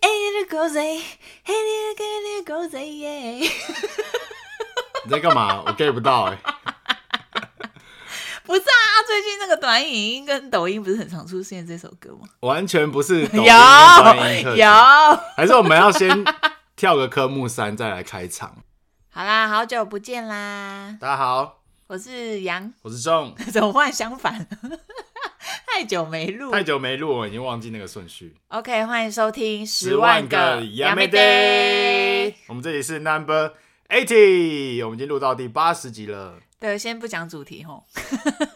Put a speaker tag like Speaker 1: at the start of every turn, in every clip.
Speaker 1: 哎狗贼，嘿你个你狗贼耶！
Speaker 2: 你在干嘛？我 get 不到哎、
Speaker 1: 不是啊，最近那个短影音跟抖音不是很常出现这首歌吗？
Speaker 2: 完全不是抖音短音特
Speaker 1: 有
Speaker 2: 辑
Speaker 1: 有，，
Speaker 2: 还是我们要先跳个科目三再来开场。
Speaker 1: 好啦，好久不见啦，
Speaker 2: 大家好，
Speaker 1: 我是杨，
Speaker 2: 我是仲，
Speaker 1: 怎么忽然相反？ 太久没录
Speaker 2: 太久没录，我已经忘记那个顺序。
Speaker 1: ，OK，欢迎收听
Speaker 2: 十
Speaker 1: 十
Speaker 2: 万
Speaker 1: 万
Speaker 2: 个
Speaker 1: 个
Speaker 2: 亚美
Speaker 1: Day
Speaker 2: day。我们这里是 Number Eighty，我们已经录到第八十集了。
Speaker 1: 对，先不讲主题吼，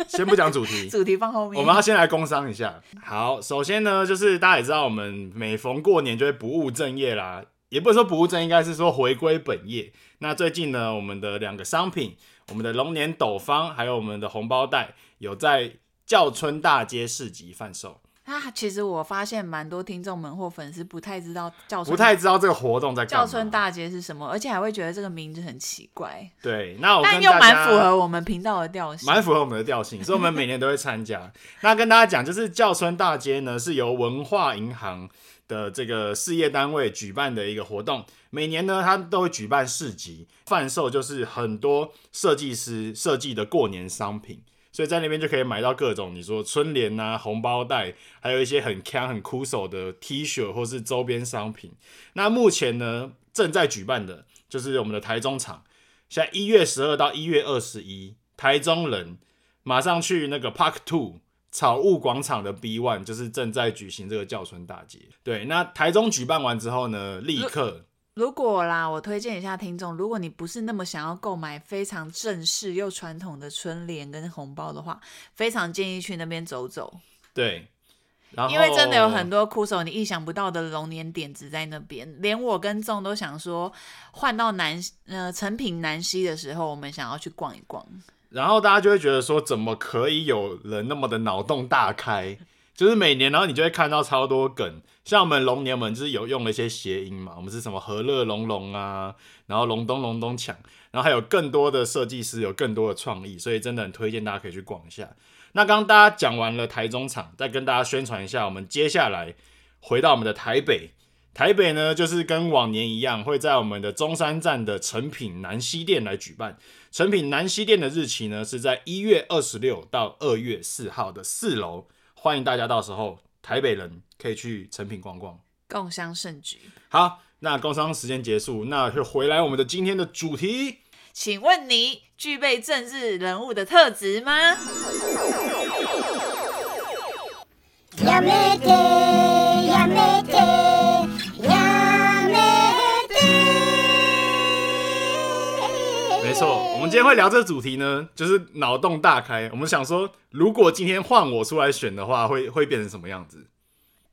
Speaker 2: 先不讲主题，
Speaker 1: 主题放后面。
Speaker 2: 我们要先来工商一下。好，首先呢，就是大家也知道，我们每逢过年就会不务正业啦，也不是说不务正业，应该是说回归本业。那最近呢，我们的两个商品，我们的龙年斗方还有我们的红包袋，有在教村大街市集贩售。
Speaker 1: 啊，其实我发现蛮多听众们或粉丝不太知道叫
Speaker 2: 不太知道这个活动在干嘛。
Speaker 1: 叫春大街是什么，而且还会觉得这个名字很奇怪，
Speaker 2: 对，那我哦跟
Speaker 1: 但又
Speaker 2: 大家
Speaker 1: 蛮符合我们频道的调性。
Speaker 2: 蛮符合我们的调性，所以我们每年都会参加。 那跟大家讲，就是教村大街呢是由文化银行的这个事业单位举办的一个活动，每年呢它都会举办市集，贩售就是很多设计师设计的过年商品。所以在那边就可以买到各种你说春联呐、红包袋，还有一些很 can 很酷手的 T 恤或是周边商品。那目前呢正在举办的就是我们的台中场，现在一月十二到一月二十一，台中人马上去那个 Park Two 草悟广场的 B One，就是正在举行这个教村大节。对，那台中举办完之后呢，立刻
Speaker 1: 如果啦，我推荐一下听众，如果你不是那么想要购买非常正式又传统的春联跟红包的话，非常建议去那边走走，
Speaker 2: 对，然后
Speaker 1: 因为真的有很多酷手你意想不到的龙年点子在那边，连我跟众都想说，换到南呃成品南西的时候，我们想要去逛一逛。
Speaker 2: 然后大家就会觉得说，怎么可以有人那么的脑洞大开？就是每年，然后你就会看到超多梗，像我们龙年，我们就是有用了一些谐音嘛，我们是什么和乐融融啊，然后隆咚隆咚锵，然后还有更多的设计师有更多的创意，所以真的很推荐大家可以去逛一下。那刚刚大家讲完了台中场，再跟大家宣传一下，我们接下来回到我们的台北，台北呢就是跟往年一样，会在我们的中山站的成品南西店来举办。成品南西店的日期呢是在一月二十六到二月四号的四楼，欢迎大家到时候台北人可以去成品逛逛。
Speaker 1: 共襄盛举，
Speaker 2: 好，那工商时间结束，那就回来我们的今天的主题。
Speaker 1: 请问你具备政治人物的特质吗？
Speaker 3: Yamete, yamete, yamete.
Speaker 2: 没错，我们今天会聊这个主题呢，就是脑洞大开。我们想说，如果今天换我出来选的话，会 会变成什么样子？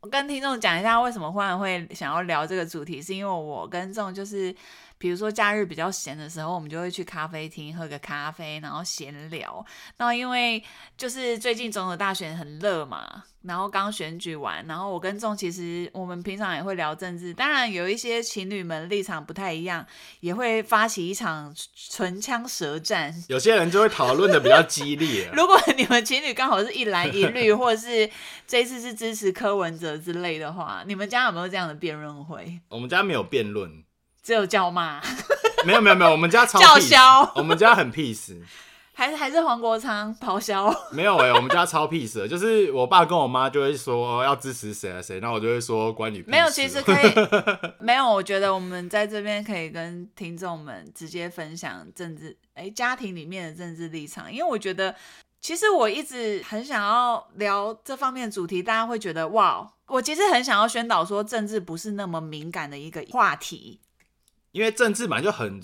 Speaker 1: 我跟听众讲一下，为什么忽然会想要聊这个主题，是因为我跟众就是，比如说假日比较闲的时候，我们就会去咖啡厅喝个咖啡，然后闲聊。那因为就是最近总统大选很热嘛，然后刚选举完，然后我跟众其实我们平常也会聊政治，当然有一些情侣们立场不太一样，也会发起一场唇枪舌战，
Speaker 2: 有些人就会讨论的比较激烈、 啊。
Speaker 1: 如果你们情侣刚好是一蓝一绿，或者是这次是支持柯文哲之类的话，你们家有没有这样的辩论会？
Speaker 2: 我们家没有辩论，
Speaker 1: 只有叫骂、
Speaker 2: 没有没有没有，我们家超
Speaker 1: 叫
Speaker 2: peace，
Speaker 1: 嚣，
Speaker 2: 我们家很 peace。
Speaker 1: 还是还是黄国昌咆哮？
Speaker 2: 没有哎、我们家超 peace 的，就是我爸跟我妈就会说、哦要支持谁啊谁，然后我就会说关你 屁
Speaker 1: 没有，
Speaker 2: 事
Speaker 1: 其 实
Speaker 2: 哦
Speaker 1: 可以，没有。我觉得我们在这边可以跟听众们直接分享政治，哎，家庭里面的政治立场，因为我觉得，其实我一直很想要聊这方面的主题，大家会觉得哇，我其实很想要宣导说，政治不是那么敏感的一个话题，
Speaker 2: 因为政治本来就很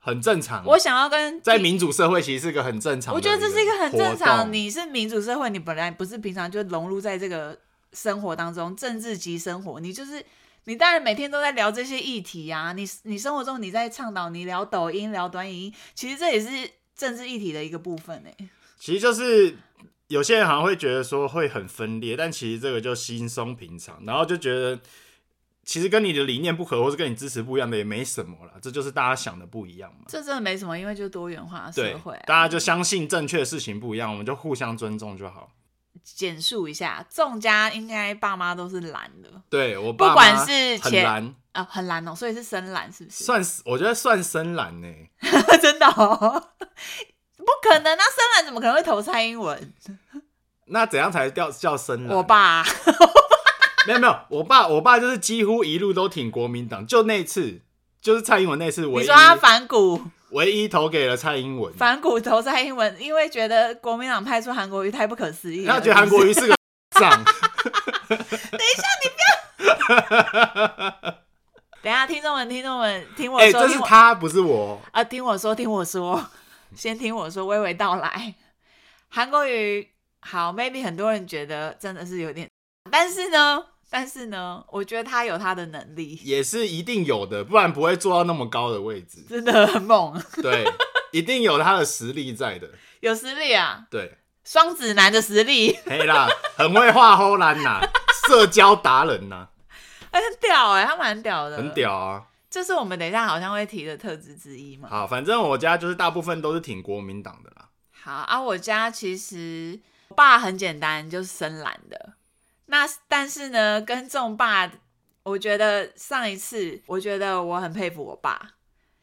Speaker 2: 很正常。
Speaker 1: 我想要跟
Speaker 2: 嗯在
Speaker 1: 你，
Speaker 2: 民主社会其实是一个很正常的
Speaker 1: 我
Speaker 2: 活
Speaker 1: 觉
Speaker 2: 动，
Speaker 1: 得这是一个很正常。你是民主社会，你本来不是平常就融入在这个生活当中，政治及生活，你就是你当然每天都在聊这些议题啊。你你生活中你在倡导，你聊抖音、聊短影音，其实这也是政治议题的一个部分欸呢、
Speaker 2: 其实就是有些人好像会觉得说会很分裂，但其实这个就稀松平常，然后就觉得其实跟你的理念不合，或是跟你支持不一样的也没什么啦，这就是大家想的不一样嘛。
Speaker 1: 这真的没什么，因为就是多元化的
Speaker 2: 对
Speaker 1: 社会、，啊。
Speaker 2: 大家就相信正确的事情不一样，我们就互相尊重就好。
Speaker 1: 简述一下，众家应该爸妈都是蓝的，
Speaker 2: 对我
Speaker 1: 不
Speaker 2: 爸
Speaker 1: 管
Speaker 2: 妈
Speaker 1: 是
Speaker 2: 很
Speaker 1: 前
Speaker 2: 蓝，
Speaker 1: 啊，很蓝哦，所以是深蓝是不是？
Speaker 2: 算是我觉得算深蓝欸呢、
Speaker 1: 真的哦，不可能啊，深蓝怎么可能会投蔡英文？
Speaker 2: 那怎样才叫叫深蓝？
Speaker 1: 我爸、
Speaker 2: 没有没有，我爸我爸就是几乎一路都挺国民党，就那次就是蔡英文那次唯
Speaker 1: 你
Speaker 2: 一
Speaker 1: 说他反骨，
Speaker 2: 唯一投给了蔡英文，
Speaker 1: 反骨投蔡英文，因为觉得国民党派出韩国瑜太不可思议了。
Speaker 2: 他觉得韩国
Speaker 1: 瑜
Speaker 2: 瑜是个上，
Speaker 1: 等一下，听众们，听众们，听我
Speaker 2: 哎、
Speaker 1: 说，
Speaker 2: 这是
Speaker 1: 听我
Speaker 2: 他不是我，
Speaker 1: 啊，听我说，听我说， 先听我说，娓娓道来。韩国瑜好，maybe 很多人觉得真的是有点，但是呢，但是呢，我觉得他有他的能力，。
Speaker 2: 也是一定有的，不然不会坐到那么高的位置
Speaker 1: 真的很猛，
Speaker 2: 对，一定有他的实力在的。
Speaker 1: 有实力啊，
Speaker 2: 对，
Speaker 1: 双子男的实力，
Speaker 2: 嘿啦，很会画后兰呐，社交达人呐、
Speaker 1: 哎很屌哎、他蛮屌的，
Speaker 2: 很。屌啊。
Speaker 1: 这是我们等一下好像会提的特质之一嘛。
Speaker 2: 好，反正我家就是大部分都是挺国民党的啦。
Speaker 1: 好啊，我家其实我爸很简单，就是深蓝的。那但是呢，跟众爸，我觉得上一次，我觉得我很佩服我爸。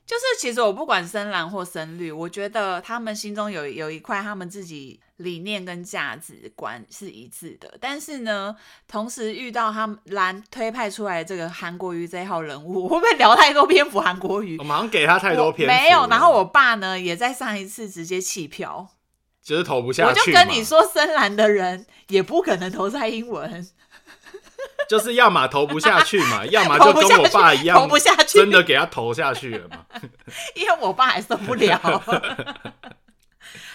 Speaker 1: 就是其实我不管深蓝或深绿，我觉得他们心中有有一块他们自己理念跟价值观是一致的。但是呢，同时遇到他们蓝推派出来这个韩国瑜这一号人物，我会不会聊太多篇幅韩国瑜
Speaker 2: 我？们好像给他太多
Speaker 1: 我
Speaker 2: 篇幅了
Speaker 1: 没有，然后我爸呢也在上一次直接弃票，
Speaker 2: 就是投不下
Speaker 1: 我
Speaker 2: 去
Speaker 1: 就跟
Speaker 2: 嘛
Speaker 1: 你，说，深蓝的人也不可能投蔡英文，
Speaker 2: 就是要么投不下去 嘛，要么
Speaker 1: 投不
Speaker 2: 就跟
Speaker 1: 下
Speaker 2: 我
Speaker 1: 去
Speaker 2: 爸一样，
Speaker 1: 投不下去，
Speaker 2: 真的给他投下去了嘛。
Speaker 1: 因为我爸还受不了。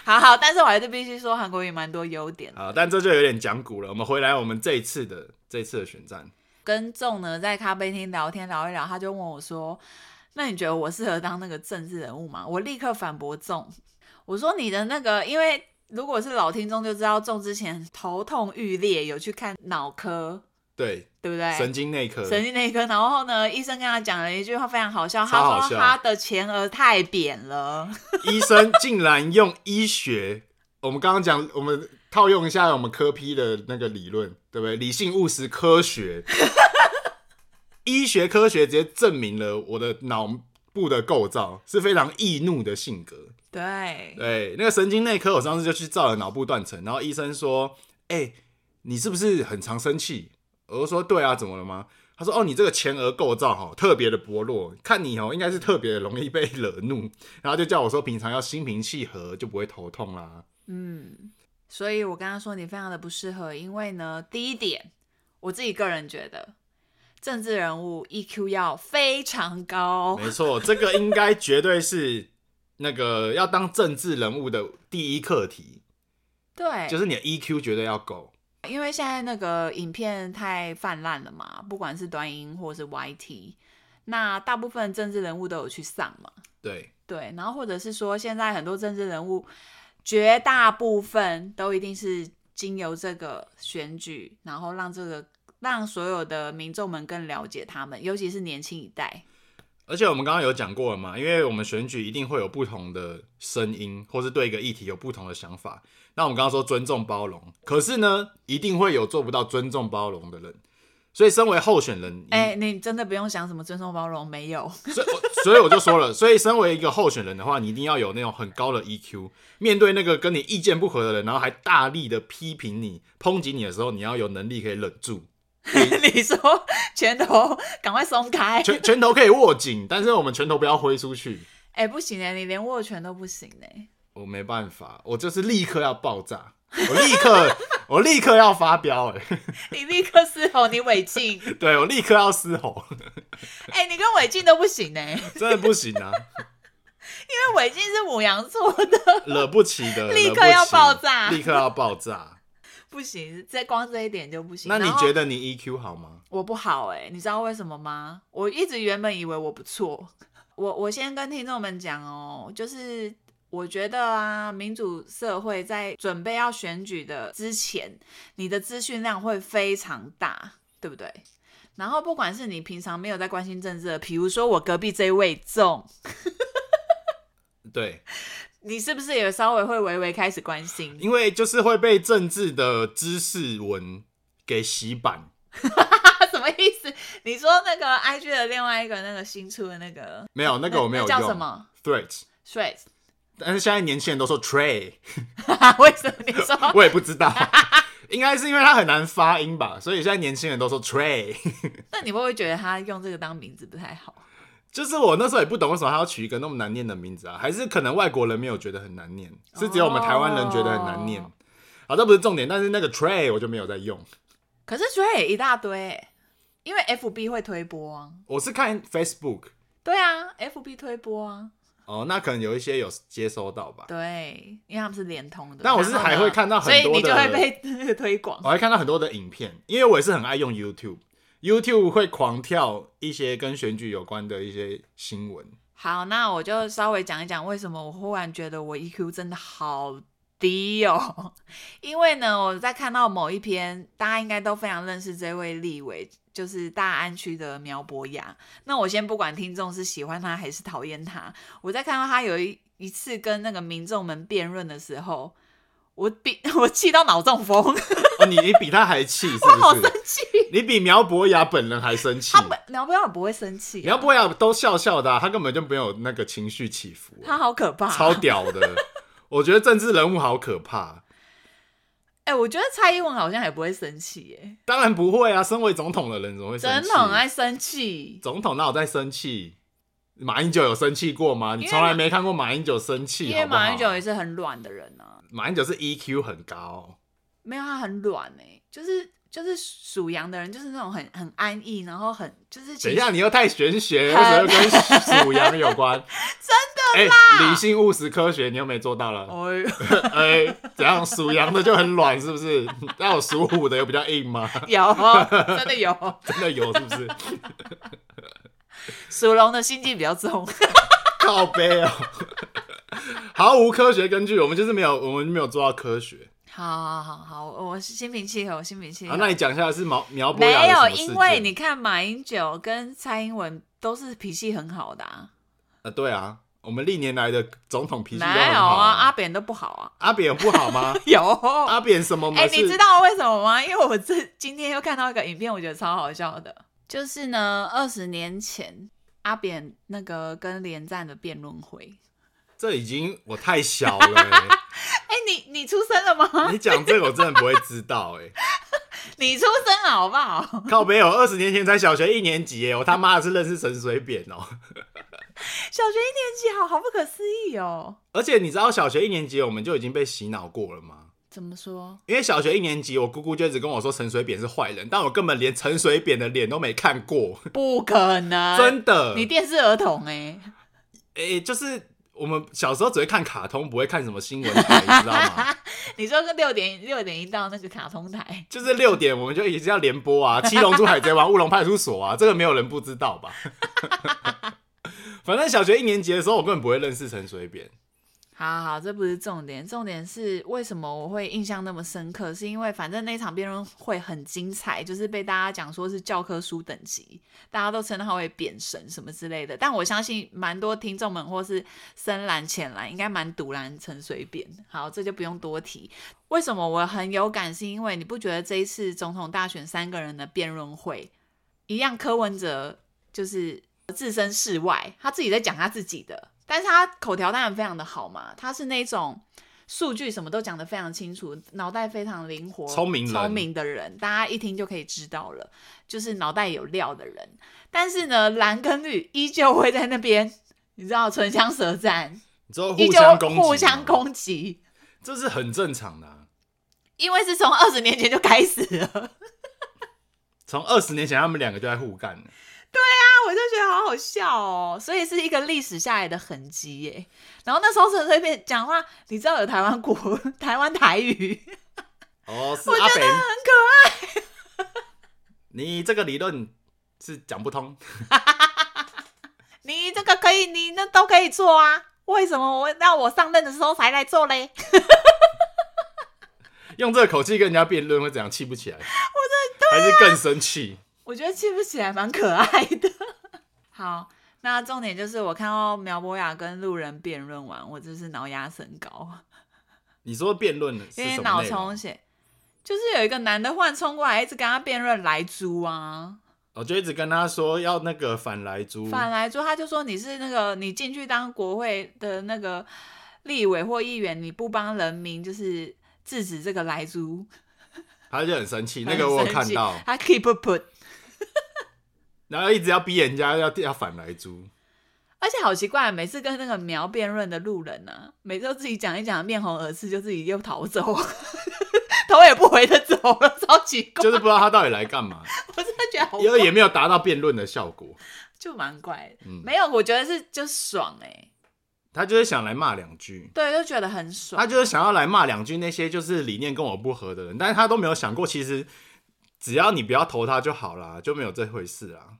Speaker 1: 好好，但是我还是必须说，韩国瑜蛮多优点的。
Speaker 2: 好，但这就有点讲古了。我们回来我们这一次的这一次的选战，
Speaker 1: 跟众呢在咖啡厅聊天聊一聊，他就问我说：“那你觉得我适合当那个政治人物吗？”我立刻反驳众，我说：“你的那个，因为如果是老听众就知道，众之前头痛欲裂，有去看脑科，
Speaker 2: 对，
Speaker 1: 对不对？
Speaker 2: 神经内科，
Speaker 1: 神经内科，然后呢，医生跟他讲了一句话非常好笑，
Speaker 2: 超好
Speaker 1: 他说
Speaker 2: 笑
Speaker 1: 他的前额太扁了，
Speaker 2: 医生竟然用医学，我们刚刚讲，我们套用一下我们科批的那个理论，对不对？理性务实 科学，医学科学直接证明了我的脑部的构造是非常易怒的性格。
Speaker 1: 对，
Speaker 2: 对，那个神经内科，我上次就去照了脑部断层，然后医生说：“哎、你是不是很常生气？”我就说：“对啊，怎么了吗？”他说：“哦，你这个前额构造哈特别的薄弱，看你哦应该是特别容易被惹怒。”然后就叫我说：“平常要心平气和，就不会头痛啦。
Speaker 1: 嗯，所以我跟他说你非常的不适合，因为呢，第一点，我自己个人觉得，政治人物 EQ 要非常”高，
Speaker 2: 没错，这个应该绝对是那个要当政治人物的第一课题，
Speaker 1: 对，
Speaker 2: 就是你的 EQ 绝对要够。
Speaker 1: 因为现在那个影片太泛滥了嘛，不管是短音或是 YT，那大部分政治人物都有去上嘛，
Speaker 2: 对，
Speaker 1: 对，然后或者是说，现在很多政治人物，绝大部分都一定是经由这个选举，然后让这个让所有的民众们更了解他们，尤其是年轻一代。
Speaker 2: 嗯而且我们刚刚有讲过了嘛，因为我们选举一定会有不同的声音，或是对一个议题有不同的想法。那我们刚刚说尊重包容，可是呢，一定会有做不到尊重包容的人。所以，身为候选人，
Speaker 1: 哎、你真的不用想什么尊重包容，没有，
Speaker 2: 所以我所以我就说了，所以身为一个候选人的话，你一定要有那种很高的 EQ，面对那个跟你意见不合的人，然后还大力的批评你、抨击你的时候，你要有能力可以忍住，
Speaker 1: 你说拳头赶快松开，
Speaker 2: 拳拳头可以握紧，但是我们拳头不要挥出去。
Speaker 1: 哎、不行哎，你连握拳都不行哎，
Speaker 2: 我没办法，我就是立刻要爆炸，我立刻，我立刻要发飙、哎，
Speaker 1: 你立刻嘶吼，你违禁，
Speaker 2: 对我立刻要嘶吼，
Speaker 1: 哎、你跟违禁都不行哎，因
Speaker 2: 真的不行啊，
Speaker 1: 为违禁是母羊座的，
Speaker 2: 惹不起的，
Speaker 1: 立刻
Speaker 2: 惹不起
Speaker 1: 要爆炸
Speaker 2: 立刻要爆炸。
Speaker 1: 不行，这光这一点就不 行。
Speaker 2: 那你
Speaker 1: 然后
Speaker 2: 觉得你 EQ 好吗？
Speaker 1: 我不好哎、你知道为什么吗？我一直原本以为我不错，我我先跟听众们讲哦，就是我觉得啊，民主社会在准备要选举的之前，你的资讯量会非常大，对不对？然后不管是你平常没有在关心政治的，比如说我隔壁这一位仲，
Speaker 2: 对，
Speaker 1: 你是不是也稍微会微微开始关心？
Speaker 2: 因为就是会被政治的知识文给洗版，
Speaker 1: 他什么意思？你说那个 IG 的另外一个那个新出的那个，
Speaker 2: 没有那个我没有
Speaker 1: 那
Speaker 2: 用。
Speaker 1: 叫什么
Speaker 2: Threat？
Speaker 1: Straight？
Speaker 2: 但是现在年轻人都说 Tray，
Speaker 1: 为什么你说？
Speaker 2: 我也不知道， 应该是因为它很难发音吧，所以现在年轻人都说 Tray。
Speaker 1: 那你会不会觉得他用这个当名字不太好？
Speaker 2: 就是我那时候也不懂为什么他要取一个那么难念的名字啊，还是可能外国人没有觉得很难念，是只有我们台湾人觉得很难念。
Speaker 1: 哦
Speaker 2: 好，这不是重点，但是那个 Tray 我就没有在用。
Speaker 1: 可是 Straight 一大堆欸、因为 FB 会推播啊。
Speaker 2: 我是看 Facebook
Speaker 1: 对啊，FB 推播啊，
Speaker 2: 哦，那可能有一些有接收到吧。
Speaker 1: 对，因为他们是连通的。
Speaker 2: 但我是
Speaker 1: 然后呢
Speaker 2: 还会看到很
Speaker 1: 所以
Speaker 2: 多
Speaker 1: 你就
Speaker 2: 的
Speaker 1: 会被 那个推广
Speaker 2: 我。还看到很多的影片，因为我也是很爱用 YouTube。YouTube 会狂跳一些跟选举有关的一些新闻，
Speaker 1: 好，那我就稍微讲一讲为什么我忽然觉得我 EQ 真的好低哦。 因为呢，我在看到某一篇，大家应该都非常认识这位立委，就是大安区的苗博雅。那我先不管听众是喜欢他还是讨厌他，我在看到他有一一次跟那个民众们辩论的时候，我比 我气到脑中风，
Speaker 2: 哦，你你比他还气是
Speaker 1: 我好
Speaker 2: 不
Speaker 1: 生
Speaker 2: 是？
Speaker 1: 气。
Speaker 2: 你比苗博雅本人还生气
Speaker 1: 他。不苗博雅不会生气、啊
Speaker 2: 苗博雅都笑笑的啊、他根本就没有那个情绪起伏啊、
Speaker 1: 他好可怕、
Speaker 2: 超屌的。 我觉得政治人物好可怕，
Speaker 1: 哎、我觉得蔡英文好像也不会生气耶、
Speaker 2: 当然不会啊，身为总统的人怎么会生
Speaker 1: 总
Speaker 2: 气？
Speaker 1: 统啊爱生气，
Speaker 2: 总统哪有在生气？马英九有生气过吗？你从来没看过马英九生气，
Speaker 1: 因为
Speaker 2: 好不好
Speaker 1: 马英九也是很软的人啊，
Speaker 2: 马英九是 EQ 很高，
Speaker 1: 没有他很软哎、就是就是属羊的人，就是那种很很安逸，然后很就是
Speaker 2: 等
Speaker 1: 情
Speaker 2: 一
Speaker 1: 绪
Speaker 2: 下，你又太玄学，为
Speaker 1: 很
Speaker 2: 什么跟属羊有 关？真的啦！理性务实科学，你又没做到了。
Speaker 1: 哎呦，
Speaker 2: 哎、怎样？属羊的就很软，是不是？ 那有属虎的又比较硬吗？
Speaker 1: 有 真的有，
Speaker 2: 真的有，是不是？
Speaker 1: 属龙的心机比较重，
Speaker 2: 靠背哦，毫无科学根据，我们就是没有，我们没有做到科学。
Speaker 1: 好好好好，我我是心平气和，我心平气和。
Speaker 2: 啊，那你讲一下是苗苗博雅
Speaker 1: 没
Speaker 2: 的
Speaker 1: 有，
Speaker 2: 什么事
Speaker 1: 因
Speaker 2: 件
Speaker 1: 为你看马英九跟蔡英文都是脾气很好的、啊，
Speaker 2: 啊，对啊，我们历年来的总统脾气都
Speaker 1: 没
Speaker 2: 很
Speaker 1: 有
Speaker 2: 好
Speaker 1: 啊，阿扁都不好啊，
Speaker 2: 阿扁有不好吗？
Speaker 1: 有。
Speaker 2: 阿扁什么？
Speaker 1: 哎、你知？道为什么吗？因为我这今天又看到一个影片，我觉得超好笑的，就是呢，二十年前阿扁那个跟连战的辩论会。
Speaker 2: 这已经我太小了欸、
Speaker 1: 哎、你你出生了吗？
Speaker 2: 你讲这个我真的不会知道哎、
Speaker 1: 你出生了好不好？
Speaker 2: 靠北有二十年前才小学一年级欸耶、我他妈的是认识陈水扁哦、
Speaker 1: 小学一年级好，好不可思议哦。
Speaker 2: 而且你知道小学一年级我们就已经被洗脑过了吗？
Speaker 1: 怎么说？
Speaker 2: 因为小学一年级，我姑姑就一直跟我说陈水扁是坏人，但我根本连陈水扁的脸都没看过，
Speaker 1: 不可能，
Speaker 2: 真的。
Speaker 1: 呃你电视儿童哎、
Speaker 2: 诶、就是我们小时候只会看卡通，不会看什么新闻台，你知道吗？
Speaker 1: 你说跟六点六点一到那个卡通台，
Speaker 2: 就是六点我们就一直要联播啊，《七龙珠》《海贼王》 《乌龙派出所》啊，这个没有人不知道吧？ 反正小学一年级的时候，我根本不会认识陈水扁。
Speaker 1: 好好，这不是重点，重点是为什么我会印象那么深刻，是因为反正那场辩论会很精彩，就是被大家讲说是教科书等级，大家都称他为“扁神”什么之类的。但我相信蛮多听众们或是深蓝、浅蓝，应该蛮独蓝、陈水扁。好，这就不用多提。为什么我很有感，是因为你不觉得这一次总统大选三个人的辩论会，一样柯文哲就是置身事外，他自己在讲他自己的，但是他口条当然非常的好嘛，他是那种数据什么都讲得非常清楚，脑袋非常灵活，
Speaker 2: 聪明人
Speaker 1: 聪明的人，大家一听就可以知道了，就是脑袋有料的人。但是呢，蓝跟绿依旧会在那边，你知道唇枪舌 战，
Speaker 2: 你知道
Speaker 1: 依
Speaker 2: 互
Speaker 1: 旧
Speaker 2: 相攻击吗，
Speaker 1: 互相攻击，
Speaker 2: 这是很正常的啊、
Speaker 1: 因为是从二十年前就开始 了。
Speaker 2: 从二十年前，他们两个就在互干了。
Speaker 1: 我就觉得好好笑哦，所以是一个历史下来的痕迹耶。然后那时候陈水扁讲话，你知道有台湾国 台湾台语，
Speaker 2: 哦，是
Speaker 1: 我
Speaker 2: 阿
Speaker 1: 觉
Speaker 2: 北
Speaker 1: 得，很可
Speaker 2: 你这个理论是讲不通。
Speaker 1: 爱。你这个可以，你那都可以做啊。为什么我到我上任的时候才来做嘞？
Speaker 2: 用这个口气跟人家辩论会怎样？气不起来？我
Speaker 1: 啊
Speaker 2: 这、还是更生气。
Speaker 1: 我觉得气不起来，蛮可爱的。 好，那重点就是我看到苗博雅跟路人辩论完，我真是脑压升高。
Speaker 2: 你说辩论是
Speaker 1: 因为
Speaker 2: 什么
Speaker 1: 脑
Speaker 2: 内容
Speaker 1: 充？血，就是有一个男的忽然冲过来，一直跟他辩论来猪啊，
Speaker 2: 我就一直跟他说要那个反来租，
Speaker 1: 反来说，他就说你是那个你进去当国会的那个立委或议员，你不帮人民就是制止这个来租，
Speaker 2: 他就很生气。
Speaker 1: 他
Speaker 2: 那
Speaker 1: 很
Speaker 2: 个我有
Speaker 1: 生
Speaker 2: 看
Speaker 1: 气
Speaker 2: 到，
Speaker 1: 他 keep put，
Speaker 2: 然后一直要逼人家要要反来 租。
Speaker 1: 而且好奇怪，每次跟那个苗辩论的路人呢、啊，每次都自己讲一讲，面红耳赤，就自己又逃走， 头也不回的走了，超奇怪，
Speaker 2: 就是不知道他到底来干 嘛，
Speaker 1: 我真的觉得好
Speaker 2: 因为
Speaker 1: 怪，
Speaker 2: 也没有达到辩论的效果，
Speaker 1: 就蛮怪的。
Speaker 2: 嗯
Speaker 1: 没有，我觉得是就爽哎、
Speaker 2: 他就是想来骂两句，
Speaker 1: 对，就觉得很爽
Speaker 2: 他。就是想要来骂两句那些就是理念跟我不合的人，但是他都没有想过，其实只要你不要投他就好啦，就没有这回事啊。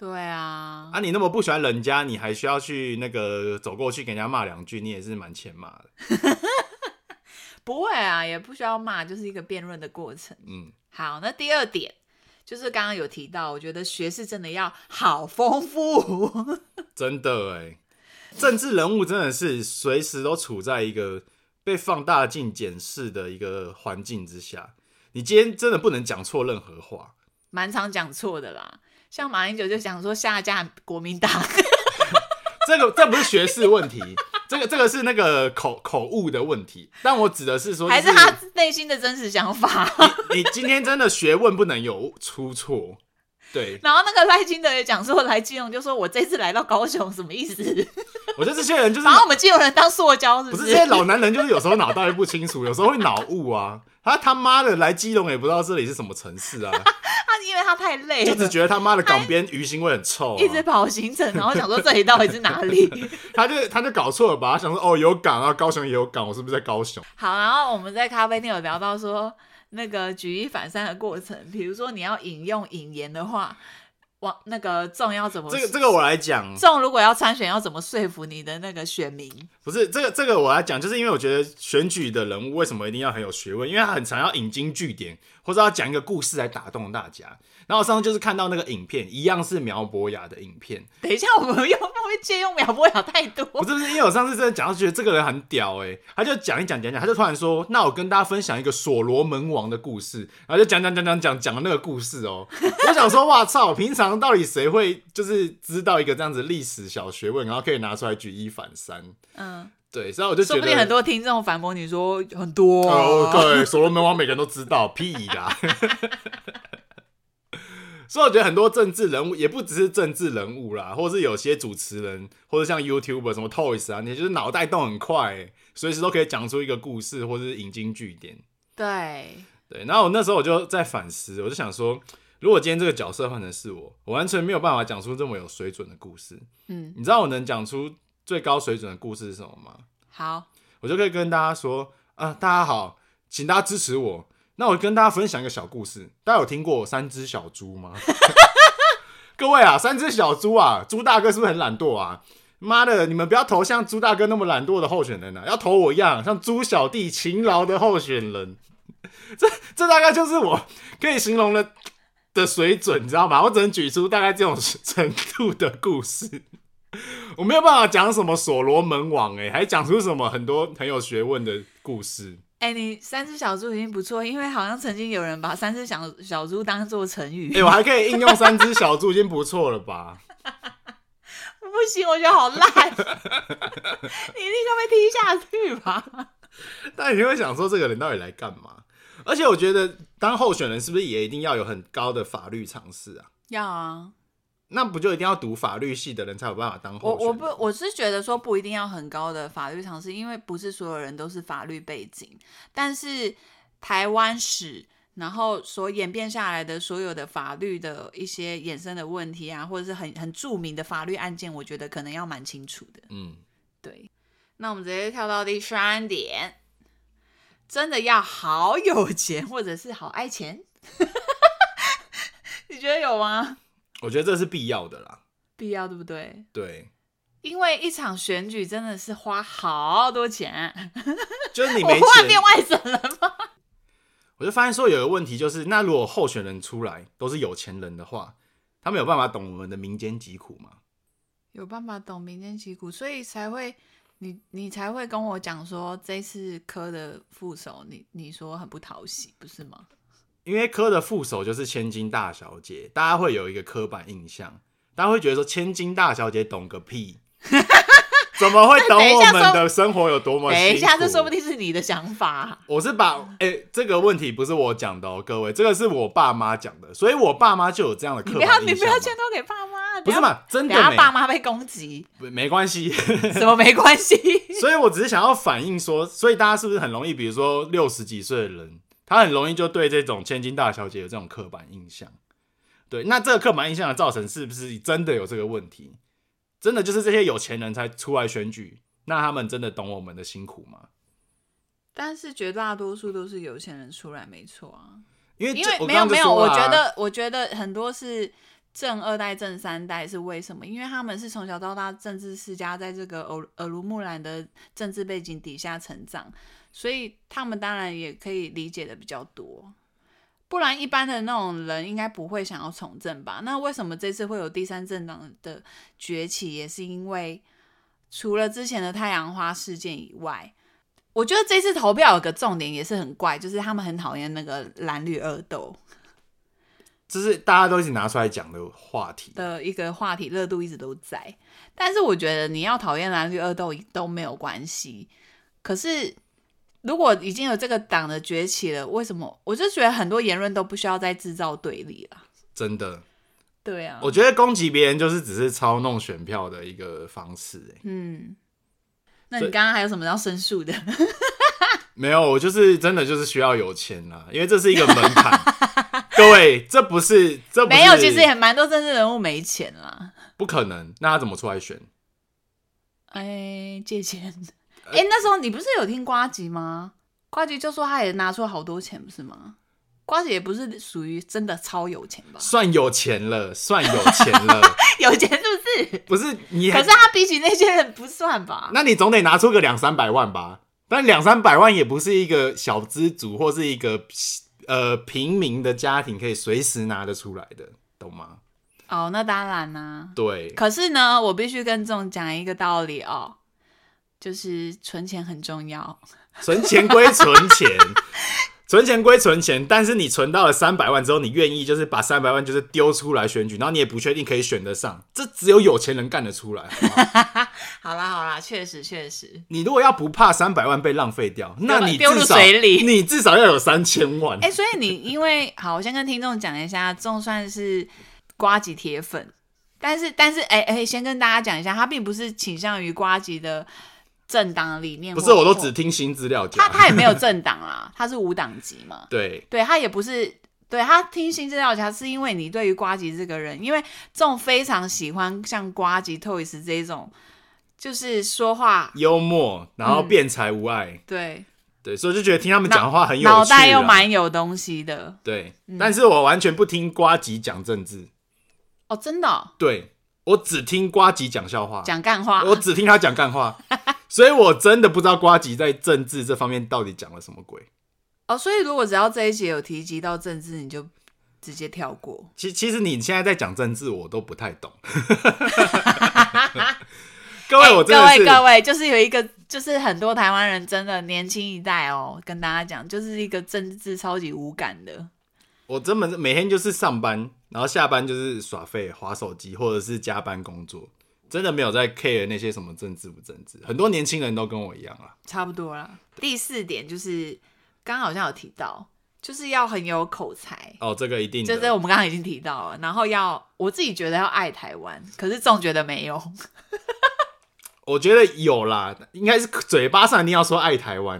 Speaker 1: 对啊，
Speaker 2: 啊，你那么不喜欢人家，你还需要去那个走过去给人家骂两句，你也是蛮欠骂的。
Speaker 1: 不会啊，也不需要骂，就是一个辩论的过程。
Speaker 2: 嗯，
Speaker 1: 好，那第二点就是刚刚有提到，我觉得学识真的要好丰富。
Speaker 2: 真的哎、政治人物真的是随时都处在一个被放大镜检视的一个环境之下，你今天真的不能讲错任何话。
Speaker 1: 蛮常讲错的啦，像马英九就讲说下架国民 党，
Speaker 2: 这个这不是学识问题，这个这个是那个口口误的问题。但我指的是说，
Speaker 1: 还
Speaker 2: 就是
Speaker 1: 他内心的真实想法。
Speaker 2: 你今天真的学问不能有出错，对
Speaker 1: 然后那个赖清德也讲说，来基隆就说我这次来到高雄什么意思？
Speaker 2: 我觉得这些人就是
Speaker 1: 把我们基隆人当塑胶是
Speaker 2: 不
Speaker 1: 是？
Speaker 2: 是这些老男人，就是有时候脑袋不清楚，有时候会脑雾啊。他他妈的来基隆也不知道这里是什么城市 啊，
Speaker 1: 他因为他太累
Speaker 2: 就
Speaker 1: 了，
Speaker 2: 只觉得他妈的港边鱼腥味很臭、啊
Speaker 1: 哎一，直跑行程，然后想说这里到底是哪里？
Speaker 2: 他就他就搞错了吧？他想说哦有港啊，高雄也有港，我是不是在高雄？
Speaker 1: 好，然后我们在咖啡厅有聊到说，那个举一反三的过程，比如说你要引用引言的话，往那个众要怎么
Speaker 2: 这个这个我来讲，
Speaker 1: 众如果要参选，要怎么说服你的那个选民？
Speaker 2: 不是这个这个我来讲，就是因为我觉得选举的人物为什么一定要很有学问，因为他很常要引经据典，或者要讲一个故事来打动大家。然后我上次就是看到那个影片，一样是苗博雅的影片，
Speaker 1: 等一下，我们又不会借用苗博雅太
Speaker 2: 不
Speaker 1: 多。
Speaker 2: 是不是，因为我上次真的讲到觉得这个人很屌哎、他就讲一讲讲一讲，他就突然说，那我跟大家分享一个所罗门王的故事，然后就讲讲讲讲讲讲了那个故 事哦、我想说，哇操，平常到底谁会就是知道一个这样子历史小学问，然后可以拿出来举一反三？
Speaker 1: 嗯，
Speaker 2: 对，所以我就觉
Speaker 1: 说
Speaker 2: 得
Speaker 1: 不定很多听众反驳你说很多、
Speaker 2: 哦，对，所罗门王每个人都知道，屁啦。 所以我觉得很多政治人物，也不只是政治人物啦，或是有些主持人，或者像 YouTuber 什么 Toys 啊，你就是脑袋动很快、随时都可以讲出一个故事，或是引经据典。
Speaker 1: 对
Speaker 2: 对，然后我那时候我就在反思，我就想说，如果今天这个角色换成是我，我完全没有办法讲出这么有水准的故事。
Speaker 1: 嗯，
Speaker 2: 你知道我能讲出最高水准的故事是什么吗？
Speaker 1: 好，
Speaker 2: 我就可以跟大家说啊、大家好，请大家支持我。那我跟大家分享一个小故事，大家有听过三只小猪吗？ 各位啊，三只小猪啊，猪大哥是不是很懒惰啊？妈的，你们不要投像猪大哥那么懒惰的候选人啊，要投我一样像猪小弟勤劳的候选人。这这大概就是我可以形容的的水准，你知道吗？我只能举出大概这种程度的故事。我没有办法讲什么所罗门王、欸，还讲出什么很多很有学问的故事。
Speaker 1: 哎、你三只小猪已经不错，因为好像曾经有人把三只小小猪当做成语。
Speaker 2: 哎、我还可以应用三只小猪，已经不错了吧？
Speaker 1: 不行，我觉得好 烂，你立刻被踢下去 吧。
Speaker 2: 但你会想说，这个人到底来干嘛？而且我觉得，当候选人是不是也一定要有很高的法律常识啊？
Speaker 1: 要啊，
Speaker 2: 那不就一定要读法律系的人才有办法当
Speaker 1: 我
Speaker 2: 候选人？
Speaker 1: 我不我是觉得说不一定要很高的法律常识，因为不是所有人都是法律背景，但是台湾史。然后所演变下来的所有的法律的一些衍生的问题啊，或者是很很著名的法律案件，我觉得可能要蛮清楚的。
Speaker 2: 嗯，
Speaker 1: 对，那我们直接跳到第三点，真的要好有钱或者是好爱钱， 你觉得有吗？
Speaker 2: 我觉得这是必要的啦。
Speaker 1: 必要对不对？
Speaker 2: 对，
Speaker 1: 因为一场选举真的是花好多钱，
Speaker 2: 就是你
Speaker 1: 我
Speaker 2: 没
Speaker 1: 换
Speaker 2: 钱，
Speaker 1: 变外省人吗？
Speaker 2: 我就发现说有个问题，就是那如果候选人出来都是有钱人的话，他们有办法懂我们的民间疾苦吗？
Speaker 1: 有办法懂民间疾苦，所以才会你你才会跟我讲说这次科的副手，你你说很不讨喜，不是吗？
Speaker 2: 因为柯的副手就是千金大小姐，大家会有一个刻板印象，大家会觉得说千金大小姐懂 个屁，怎么会懂
Speaker 1: 等一
Speaker 2: 我
Speaker 1: 下
Speaker 2: 们
Speaker 1: 说
Speaker 2: 的生活有多么辛苦？
Speaker 1: 等一下，这说不定是你的想法。啊
Speaker 2: 我是把哎、这个问题不是我讲的哦，各位，这个是我爸妈讲的，所以我爸妈就有这样的
Speaker 1: 你
Speaker 2: 刻
Speaker 1: 不
Speaker 2: 板印
Speaker 1: 要，
Speaker 2: 象嘛。
Speaker 1: 你不要全都给爸妈。啊
Speaker 2: 不是嘛？真
Speaker 1: 等下？
Speaker 2: 的
Speaker 1: 等
Speaker 2: 没
Speaker 1: 下爸妈被攻击，
Speaker 2: 不没 关系，
Speaker 1: 什么没关系？
Speaker 2: 所以我只是想要反映说，所以大家是不是很容易，比如说六十几岁的人，他很容易就对这种千金大小姐有这种刻板印象。对，那这个刻板印象的造成是不是真的有这个问题？真的就是这些有钱人才出来选举，那他们真的懂我们的辛苦吗？
Speaker 1: 但是绝大多数都是有钱人出来，没错啊。
Speaker 2: 因 为
Speaker 1: 因
Speaker 2: 这
Speaker 1: 为
Speaker 2: 我
Speaker 1: 没
Speaker 2: 刚
Speaker 1: 有
Speaker 2: 刚就
Speaker 1: 没有，
Speaker 2: 说
Speaker 1: 我
Speaker 2: 了啊
Speaker 1: 觉得我觉得很多是正二代、正三代是为什么？因为他们是从小到大政治世家，在这个耳耳濡目染的政治背景底下成长，所以他们当然也可以理解的比较多。不然一般的那种人应该不会想要从政吧？那为什么这次会有第三政党的崛起？也是因为除了之前的太阳花事件以外，我觉得这次投票有个重点也是很怪，就是他们很讨厌那个蓝绿恶斗
Speaker 2: 这是大家都一直拿出来讲的话题。
Speaker 1: 的一个话题，热度一直都在。但是我觉得你要讨厌蓝绿恶斗都没有关系。可是如果已经有这个党的崛起了，为什么我就觉得很多言论都不需要再制造对立了？
Speaker 2: 真的，
Speaker 1: 对啊，
Speaker 2: 我觉得攻击别人就是只是操弄选票的一个方式、欸。
Speaker 1: 嗯。那你
Speaker 2: 所以
Speaker 1: 刚刚还有什么要申诉的？
Speaker 2: 没有，我就是真的就是需要有钱啦，因为这是一个门槛。 各位，这不是这不是
Speaker 1: 没有，其实也蛮多政治人物没钱啦。
Speaker 2: 不可能。那他怎么出来选？
Speaker 1: 哎，借钱。哎、那时候你不是有听瓜吉吗？瓜吉就说他也拿出好多钱，不是吗？瓜吉也不是属于真的超有钱吧？
Speaker 2: 算有钱了，算有钱 了，
Speaker 1: 有钱是不是？
Speaker 2: 不是啊你还
Speaker 1: 可是他比起那些人不算吧？
Speaker 2: 那你总得拿出个两三百万吧？但两三百万也不是一个小资族或是一个呃平民的家庭可以随时拿得出来的，懂吗？
Speaker 1: 哦，那当然啦、
Speaker 2: 对，
Speaker 1: 可是呢，我必须跟这种讲一个道理哦，就是存钱很重要。
Speaker 2: 存钱归存钱，存钱归存钱，但是你存到了三百万之后，你愿意就是把三百万就是丢出来选举，然后你也不确定可以选得上，这只有有钱人干得出来。好不好
Speaker 1: 好啦好啦，确实确实。
Speaker 2: 你如果要不怕三百万被浪费掉，那你
Speaker 1: 丢入
Speaker 2: 至少
Speaker 1: 水里
Speaker 2: 你至少要有三千万。
Speaker 1: 哎、所以你因为好，我先跟听众讲一下，仲算是瓜吉铁粉，但是但是哎哎、先跟大家讲一下，他并不是倾向于瓜吉的政党理念或，
Speaker 2: 不是，我都
Speaker 1: 或
Speaker 2: 只听新资料
Speaker 1: 他
Speaker 2: 讲。
Speaker 1: 他也没有政党啦，他是无党籍嘛，
Speaker 2: 对，
Speaker 1: 对他也不是。对他听新资料夹是因为你对于瓜吉这个人，因为仲非常喜欢像瓜吉 Toys 这一种，就是说话
Speaker 2: 幽默，然
Speaker 1: 嗯
Speaker 2: 后辩才无碍，
Speaker 1: 对
Speaker 2: 对，所以就觉得听他们讲话很有趣啦，
Speaker 1: 脑袋又蛮嗯有东西的
Speaker 2: 对，但是我完全不听瓜吉讲政治，
Speaker 1: 哦，真的哦
Speaker 2: 对我只听瓜吉讲笑话，
Speaker 1: 讲干话，
Speaker 2: 啊 我只听他讲 干话，所以我真的不知道瓜吉在政治这方面到底讲了什么鬼。
Speaker 1: 哦，所以如果只要这一节有提及到政治，你就直接跳过。
Speaker 2: 其其实你现在在讲政治，我都不太懂。 各位，
Speaker 1: 哎
Speaker 2: 我真
Speaker 1: 各
Speaker 2: 的
Speaker 1: 位
Speaker 2: 是
Speaker 1: 各位，就是有一个，就是很多台湾人真的年轻一代哦，跟大家讲，就是一个政治超级无感的。
Speaker 2: 我根本是每天就是上班，然后下班就是耍废、划手机，或者是加班工作，真的没有在 care 那些什么政治不政治。很多年轻人都跟我一样啊，
Speaker 1: 差不多啦。第四点就是，刚刚好像有提到，就是要很有口才，
Speaker 2: 哦，这个一定的，
Speaker 1: 就是我们刚刚已经提到了。然后要我自己觉得要爱台湾，可是总觉得没有。
Speaker 2: 我觉得有啦，应该是嘴巴上一定要说爱台湾，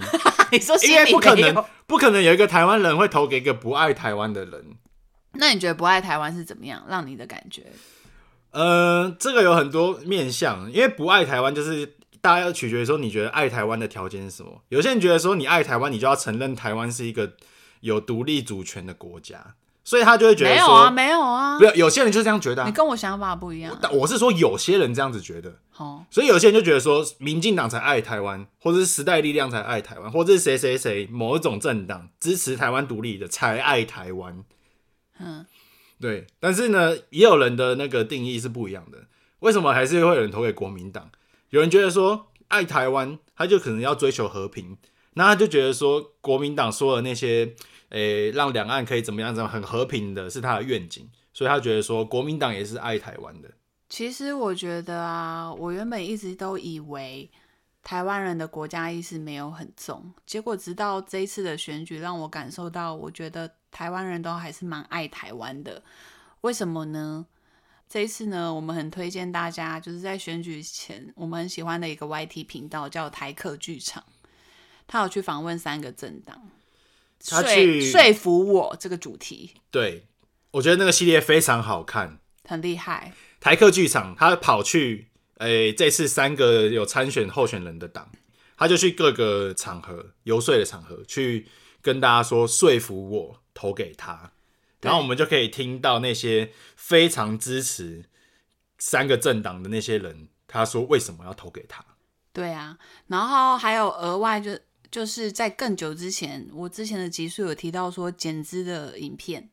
Speaker 1: 你说
Speaker 2: 因
Speaker 1: 心
Speaker 2: 为
Speaker 1: 里
Speaker 2: 不可
Speaker 1: 没有
Speaker 2: 能，不可能有一个台湾人会投给一个不爱台湾的人。
Speaker 1: 那你觉得不爱台湾是怎么样？让你的感觉？
Speaker 2: 呃，这个有很多面向，因为不爱台湾就是大家要取决于说你觉得爱台湾的条件是什么。有些人觉得说你爱台湾，你就要承认台湾是一个有独立主权的国家，所以他就会觉得
Speaker 1: 没有
Speaker 2: 说
Speaker 1: 啊，没有啊
Speaker 2: 没，有有些人就这样觉得、啊
Speaker 1: 你。跟我想法不一样啊。
Speaker 2: 但我是说有些人这样子觉得，
Speaker 1: 哦，
Speaker 2: 所以有些人就觉得说民进党才爱台湾，或者是时代力量才爱台湾，或者是谁谁谁某一种政党支持台湾独立的才爱台湾。
Speaker 1: 嗯，
Speaker 2: 对，但是呢，也有人的那个定义是不一样的。为什么还是会有人投给国民党？有人觉得说爱台湾，他就可能要追求和平，那他就觉得说，国民党说的那些，诶、让两岸可以怎么样怎么样很和平的，是他的愿景，所以他觉得说，国民党也是爱台湾的。
Speaker 1: 其实我觉得啊，我原本一直都以为台湾人的国家意识没有很重，结果直到这一次的选举，让我感受到，我觉得台湾人都还是蛮爱台湾的。为什么呢？这一次呢，我们很推荐大家，就是在选举前，我们很喜欢的一个 YT 频道叫台客剧场，他有去访问三个政党，
Speaker 2: 他
Speaker 1: 说
Speaker 2: 去
Speaker 1: 说服我这个主题
Speaker 2: 对，我觉得那个系列非常好看。
Speaker 1: 很厉害。
Speaker 2: 台客剧场，他跑去，诶、这次三个有参选候选人的党，他就去各个场合游说的场合去跟大家说，说服我投给他。
Speaker 1: 对
Speaker 2: 然后我们就可以听到那些非常支持三个政党的那些人，他说为什么要投给他。
Speaker 1: 对啊，然后还有额外就就是在更久之前，我之前的集数有提到说减脂的影片，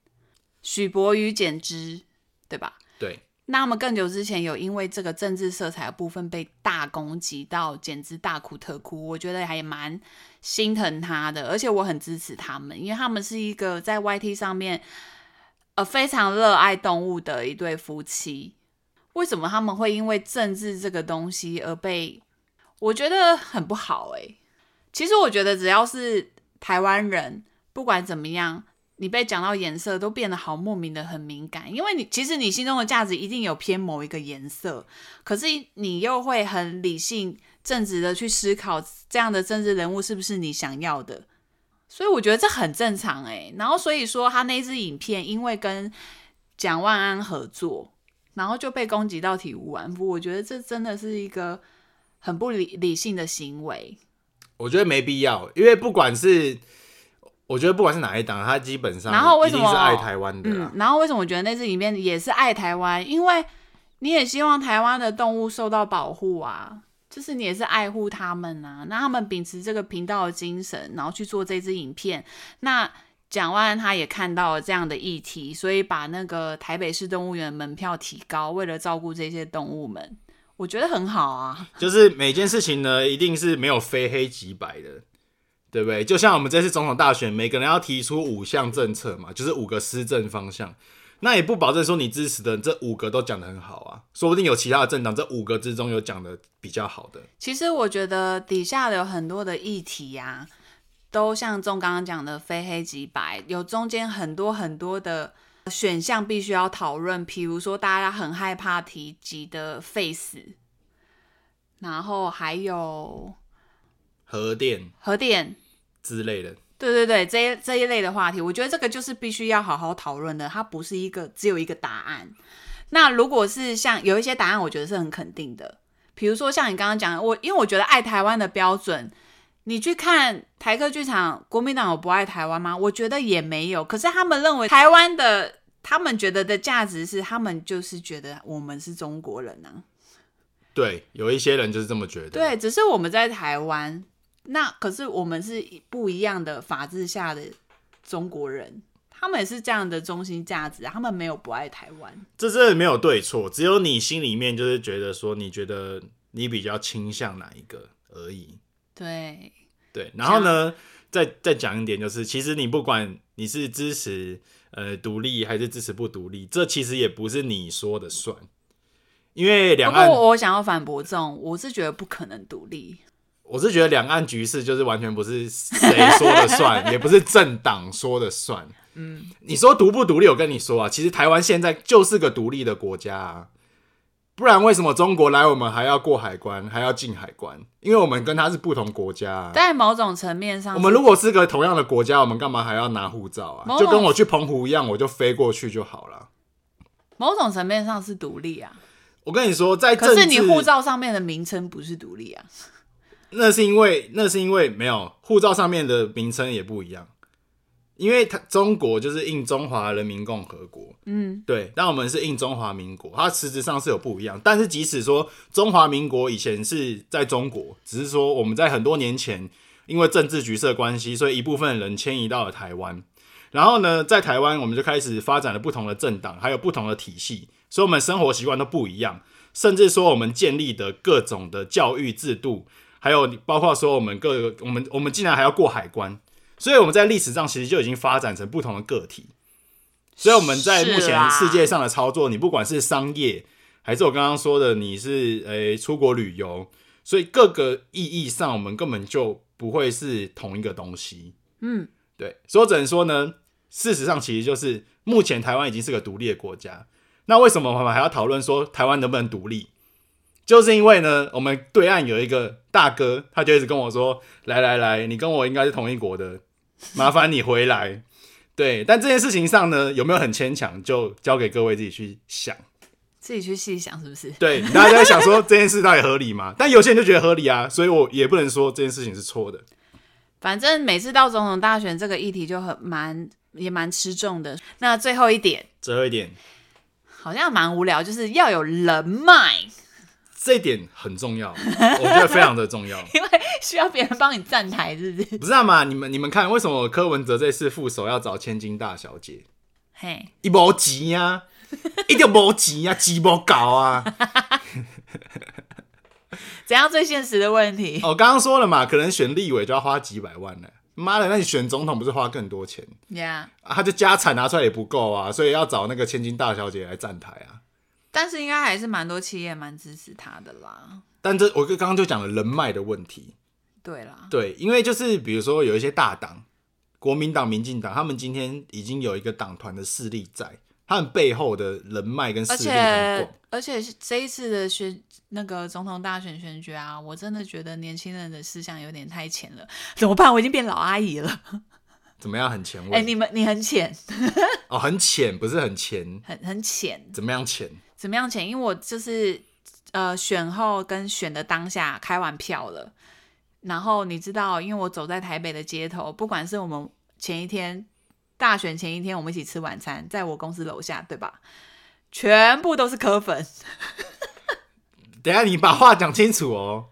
Speaker 1: 许博宇减脂，对吧？
Speaker 2: 对，
Speaker 1: 那么更久之前有因为这个政治色彩的部分被大攻击到，简直大哭特哭。我觉得还蛮心疼他的，而且我很支持他们，因为他们是一个在 YT 上面呃非常热爱动物的一对夫妻。为什么他们会因为政治这个东西而被？我觉得很不好诶、其实我觉得只要是台湾人，不管怎么样，你被讲到颜色都变得好莫名的很敏感，因为你其实你心中的价值一定有偏某一个颜色，可是你又会很理性正直的去思考这样的政治人物是不是你想要的，所以我觉得这很正常诶、然后所以说他那支影片因为跟蒋万安合作，然后就被攻击到体无完肤，我觉得这真的是一个很不理理性的行为。
Speaker 2: 我觉得没必要，因为不管是我觉得不管是哪一党，他基本上
Speaker 1: 然后为
Speaker 2: 一
Speaker 1: 什
Speaker 2: 定
Speaker 1: 么
Speaker 2: 是爱台湾的啦
Speaker 1: 嗯，。然后为什么我觉得那支影片也是爱台湾？因为你也希望台湾的动物受到保护啊，就是你也是爱护他们啊。那他们秉持这个频道的精神，然后去做这支影片。那蒋万安他也看到了这样的议题，所以把那个台北市动物园门票提高，为了照顾这些动物们，我觉得很好啊。
Speaker 2: 就是每件事情呢，一定是没有非黑即白的，对不对？就像我们这次总统大选，每个人要提出五项政策嘛，就是五个施政方向。那也不保证说你支持的这五个都讲得很好啊，说不定有其他的政党这五个之中有讲的比较好的。
Speaker 1: 其实我觉得底下的有很多的议题呀、都像仲刚刚讲的非黑即白，有中间很多很多的选项必须要讨论。譬如说，大家很害怕提及的废死，然后还有
Speaker 2: 核电
Speaker 1: 核电，
Speaker 2: 之类的，
Speaker 1: 对对对，这一这一类的话题，我觉得这个就是必须要好好讨论的，它不是一个只有一个答案。那如果是像有一些答案，我觉得是很肯定的，比如说像你刚刚讲的，我因为我觉得爱台湾的标准，你去看台客剧场，国民党有不爱台湾吗？我觉得也没有，可是他们认为台湾的，他们觉得的价值是，他们就是觉得我们是中国人啊。
Speaker 2: 对，有一些人就是这么觉得。
Speaker 1: 对，只是我们在台湾，那可是我们是不一样的法治下的中国人，他们也是这样的中心价值，啊他们没有不爱台湾。
Speaker 2: 这真的没有对错，只有你心里面就是觉得说，你觉得你比较倾向哪一个而已。
Speaker 1: 对，
Speaker 2: 对，然后呢，再再讲一点，就是其实你不管你是支持呃独立还是支持不独立，这其实也不是你说的算，因为
Speaker 1: 不
Speaker 2: 两岸
Speaker 1: 过我我想要反驳这种，我是觉得不可能独立。
Speaker 2: 我是觉得两岸局势就是完全不是谁说了算， 也不是政党说了算。嗯，你说独不独立？我跟你说啊，其实台湾现在就是个独立的国家啊，不然为什么中国来我们还要过海关，还要进海关？因为我们跟他是不同国家、啊。
Speaker 1: 在某种层面上是，
Speaker 2: 我们如果是个同样的国家，我们干嘛还要拿护照啊？
Speaker 1: 某
Speaker 2: 就
Speaker 1: 种
Speaker 2: 跟我去澎湖一样，我就飞过去就好了。
Speaker 1: 某种层面上是独立啊，
Speaker 2: 我跟你说，在政
Speaker 1: 可
Speaker 2: 治
Speaker 1: 是你护照上面的名称不是独立啊。
Speaker 2: 那是因为那是因为没有护照上面的名称也不一样，因为它中国就是印中华人民共和国，
Speaker 1: 嗯，
Speaker 2: 对，但我们是印中华民国，它实质上是有不一样。但是即使说中华民国以前是在中国，只是说我们在很多年前因为政治局势的关系，所以一部分人迁移到了台湾。然后呢，在台湾我们就开始发展了不同的政党，还有不同的体系，所以我们生活习惯都不一样，甚至说我们建立的各种的教育制度，还有你包括说我们各个我们我们竟然还要过海关，所以我们在历史上其实就已经发展成不同的个体。所以我们在目
Speaker 1: 是
Speaker 2: 前
Speaker 1: 啦
Speaker 2: 世界上的操作，你不管是商业，还是我刚刚说的你是诶、出国旅游，所以各个意义上我们根本就不会是同一个东西。
Speaker 1: 嗯，
Speaker 2: 对，所以我只能说呢，事实上其实就是目前台湾已经是个独立的国家。那为什么我们还要讨论说台湾能不能独立？就是因为呢，我们对岸有一个大哥，他就一直跟我说：“来来来，你跟我应该是同一国的，麻烦你回来。”对，但这件事情上呢，有没有很牵强，就交给各位自己去想。
Speaker 1: 自己去细想是不是？
Speaker 2: 对，大家在想说这件事到底合理吗？ 但有些人就觉得合理啊，所以我也不能说这件事情是错的。
Speaker 1: 反正每次到总统大选这个议题就很蛮也蛮吃重的。那最后一点
Speaker 2: 最后一点，
Speaker 1: 好像蛮无聊，就是要有人脉，
Speaker 2: 这一点很重要，我觉得非常的重要。
Speaker 1: 因为需要别人帮你站台，是不是？
Speaker 2: 不是啊嘛，你们你们看，为什么柯文哲这次副手要找千金大小姐？
Speaker 1: 嘿，
Speaker 2: 一毛钱呀、 啊，一定无钱啊，钱无搞啊！
Speaker 1: 怎样最现实的问题？
Speaker 2: 我哦刚刚说了嘛，可能选立委就要花几百万了。妈的，那你选总统不是花更多钱？
Speaker 1: 呀、
Speaker 2: 啊、他就家产拿出来也不够啊，所以要找那个千金大小姐来站台啊。
Speaker 1: 但是应该还是蛮多企业蛮支持他的啦。
Speaker 2: 但这我刚刚就讲了人脉的问题，
Speaker 1: 对啦，
Speaker 2: 对，因为就是比如说有一些大党，国民党、民进党，他们今天已经有一个党团的势力在，他们背后的人脉跟
Speaker 1: 而
Speaker 2: 势力很
Speaker 1: 且
Speaker 2: 广。
Speaker 1: 而且是这一次的选那个总统大选选举啊，我真的觉得年轻人的思想有点太浅了。怎么办？我已经变老阿姨了。
Speaker 2: 怎么样很前卫？
Speaker 1: 哎、你们你很浅，
Speaker 2: 哦，很浅，不是很浅，
Speaker 1: 很很浅。
Speaker 2: 怎么样浅？
Speaker 1: 怎么样钱？因为我就是呃选后跟选的当下开完票了，然后你知道，因为我走在台北的街头，不管是我们前一天大选前一天我们一起吃晚餐，在我公司楼下，对吧？全部都是柯粉
Speaker 2: 等一下你把话讲清楚哦。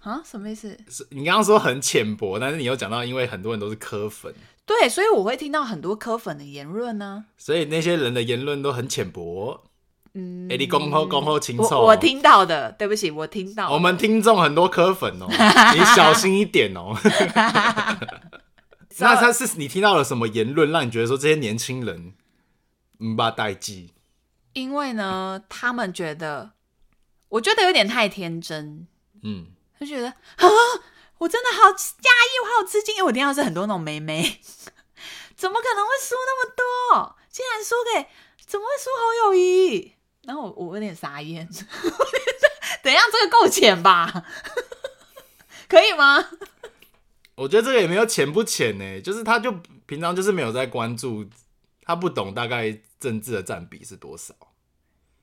Speaker 1: 啊？什么意思？
Speaker 2: 是你刚刚说很浅薄，但是你又讲到，因为很多人都是科粉，
Speaker 1: 对，所以我会听到很多柯粉的言论呢、
Speaker 2: 所以那些人的言论都很浅薄。
Speaker 1: 嗯，
Speaker 2: 哎、你恭候恭候清楚，哦
Speaker 1: 我我。听到的，对不起，我听到的
Speaker 2: 我们听众很多科粉 哦，你小心一点哦。那他是你听到了什么言论，让你觉得说这些年轻人嗯吧代际？
Speaker 1: 因为呢，他们觉得，我觉得有点太天真，
Speaker 2: 嗯，
Speaker 1: 就觉得啊，我真的好压抑，我好吃惊，因为我听到是很多那种妹妹， 怎么可能会输那么多？竟然输给，怎么会输侯友谊？然后我我有点傻眼， 我觉得等一下这个够浅吧？ 可以吗？
Speaker 2: 我觉得这个也没有浅不浅呢、就是他就平常就是没有在关注，他不懂大概政治的占比是多少。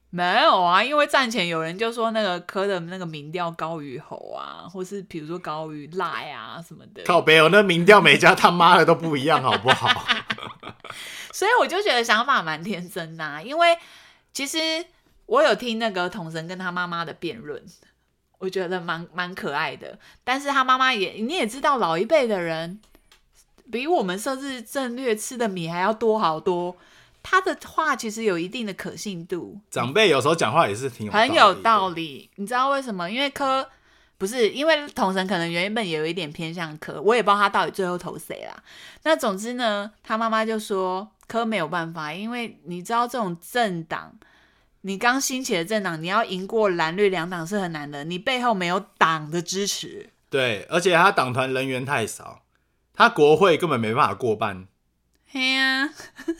Speaker 1: 没有啊，因为战前有人就说那个科的那个民调高于侯啊，或是比如说高于赖啊什么的，
Speaker 2: 靠北哦，那民调每家他妈的都不一样，好不好？
Speaker 1: 所以我就觉得想法蛮天真呐、因为其实我有听那个童神跟他妈妈的辩论，我觉得蛮蛮可爱的。但是他妈妈也你也知道，老一辈的人比我们设置战略吃的米还要多好多。他的话其实有一定的可信度，
Speaker 2: 长辈有时候讲话也是挺
Speaker 1: 很有道
Speaker 2: 理
Speaker 1: 理。你知道为什么？因为科不是因为统神可能原本也有一点偏向科，我也不知道他到底最后投谁啦。那总之呢，他妈妈就说科没有办法，因为你知道这种政党，你刚兴起的政党，你要赢过蓝绿两党是很难的，你背后没有党的支持。
Speaker 2: 的。对，而且他党团人员太少，他国会根本没办法过半，
Speaker 1: 嘿呀、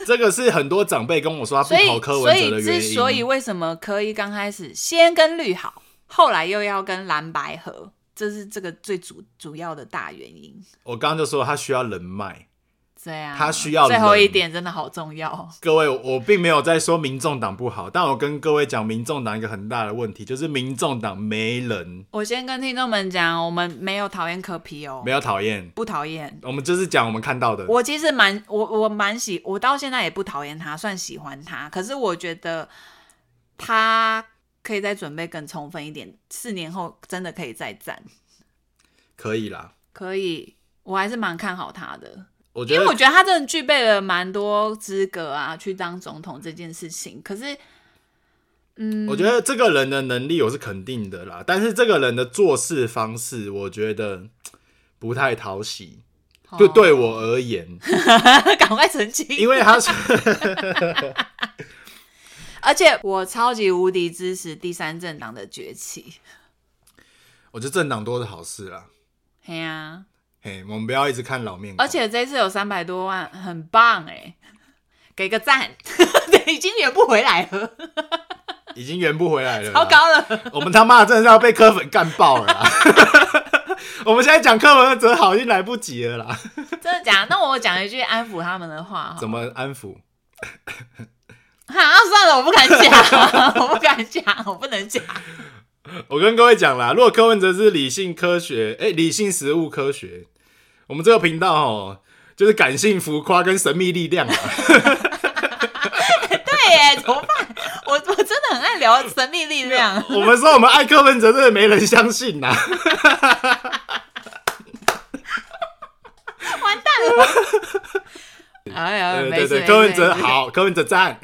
Speaker 2: 这个是很多长辈跟我说他
Speaker 1: 所
Speaker 2: 不
Speaker 1: 以
Speaker 2: 投柯
Speaker 1: 所
Speaker 2: 文哲
Speaker 1: 以
Speaker 2: 的
Speaker 1: 之
Speaker 2: 原因。
Speaker 1: 所以为什么柯一刚开始先跟绿好，后来又要跟蓝白合，这是这个最主主要的大原因。
Speaker 2: 我刚刚就说他需要人脉。
Speaker 1: 这样，
Speaker 2: 他需要
Speaker 1: 最后
Speaker 2: 人
Speaker 1: 一点真的好重要。
Speaker 2: 各位，我并没有在说民众党不好，但我跟各位讲，民众党一个很大的问题就是民众党没人，
Speaker 1: 我先跟听众们讲，我们没有讨厌柯皮哦，
Speaker 2: 没有讨厌，
Speaker 1: 不讨厌。
Speaker 2: 我们就是讲我们看到的。
Speaker 1: 我其实蛮我我蛮喜，我到现在也不讨厌他，算喜欢他。可是我觉得他可以再准备更充分一点，四年后真的可以再战，
Speaker 2: 可以啦，
Speaker 1: 可以。我还是蛮看好他的，
Speaker 2: 我觉
Speaker 1: 因
Speaker 2: 得
Speaker 1: 为我觉得他真的具备了蛮多资格啊，去当总统这件事情。可是
Speaker 4: 嗯，
Speaker 2: 我觉得这个人的能力我是肯定的啦，但是这个人的做事方式，我觉得不太讨喜。就
Speaker 1: 哦
Speaker 2: 对我而言，
Speaker 1: 赶快澄清，
Speaker 2: 因为他是
Speaker 1: 而且我超级无敌支持第三政党的崛起。
Speaker 2: 我觉得政党多是好事啦。
Speaker 1: 嘿呀、
Speaker 2: 嘿，我们不要一直看老面孔。
Speaker 1: 而且这次有三百多万，很棒哎，给个赞， 对，已经圆不回来了，
Speaker 2: 已经圆不回来了啦，
Speaker 1: 超高 了。
Speaker 2: 我们他妈的真的是要被柯粉干爆了啦！ 我们现在讲柯文哲好已经来不及了啦，
Speaker 1: 真的假的？那我讲一句安抚他们的话哈
Speaker 2: 怎。么安抚？
Speaker 1: 哈，啊算了，我不敢讲， 我不敢讲，我不能 讲。
Speaker 2: 我跟各位讲啦，如果柯文哲是理性科学，哎、理性实物科学，我们这个频道哦，就是感性浮夸跟神秘力量啊。
Speaker 1: 对耶，怎么办？我我真的很爱聊神秘力量。
Speaker 2: 我们说我们爱柯文哲，真的没人相信 呐、
Speaker 1: 哎呀，
Speaker 2: 对
Speaker 1: 没事，
Speaker 2: 对对，
Speaker 1: 没
Speaker 2: 柯文
Speaker 1: 事
Speaker 2: 哲。
Speaker 1: 没事
Speaker 2: 好，柯文 哲赞。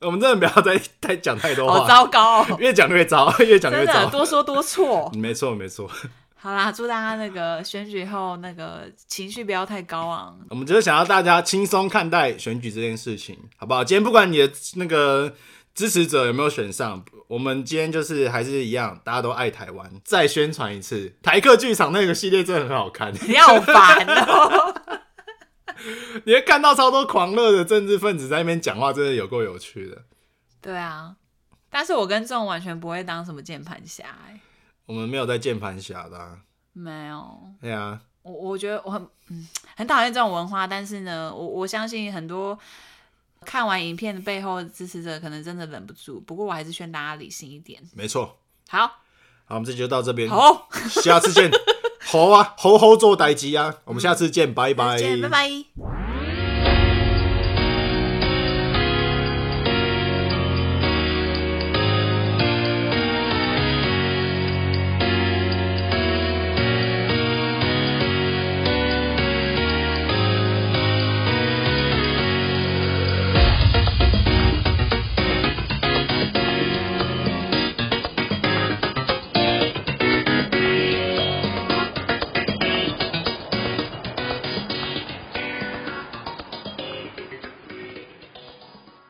Speaker 2: 我们真的不要再再讲太多
Speaker 1: 好
Speaker 2: 话，
Speaker 1: 糟糕哦，
Speaker 2: 越讲越糟，越讲 越
Speaker 1: 真的
Speaker 2: 糟。
Speaker 1: 多说多错。
Speaker 2: 没错没错，
Speaker 1: 好啦，祝大家那个选举后那个情绪不要太高昂。
Speaker 2: 我们只是想要大家轻松看待选举这件事情，好不好？今天不管你的那个支持者有没有选上，我们今天就是还是一样，大家都爱台湾。再宣传一次，台客剧场那个系列真的很好 看，
Speaker 1: 你好烦哦！
Speaker 2: 你会看到超多狂热的政治分子在那边讲话，真的有够有趣的。
Speaker 1: 对啊，但是我跟这种完全不会当什么键盘侠、欸，
Speaker 2: 我们没有在键盘侠的、啊，
Speaker 1: 没有。
Speaker 2: 对啊，
Speaker 1: 我我觉得我很嗯很讨厌这种文化，但是呢，我我相信很多看完影片的背后的支持者可能真的忍不住，不过我还是劝大家理性一点。
Speaker 2: 没错。
Speaker 1: 好，
Speaker 2: 好，我们这集就到这 边，
Speaker 1: 好，哦
Speaker 2: 下次见。猴啊，猴猴做代机啊，我们下次见，拜拜，
Speaker 1: 再见，拜拜。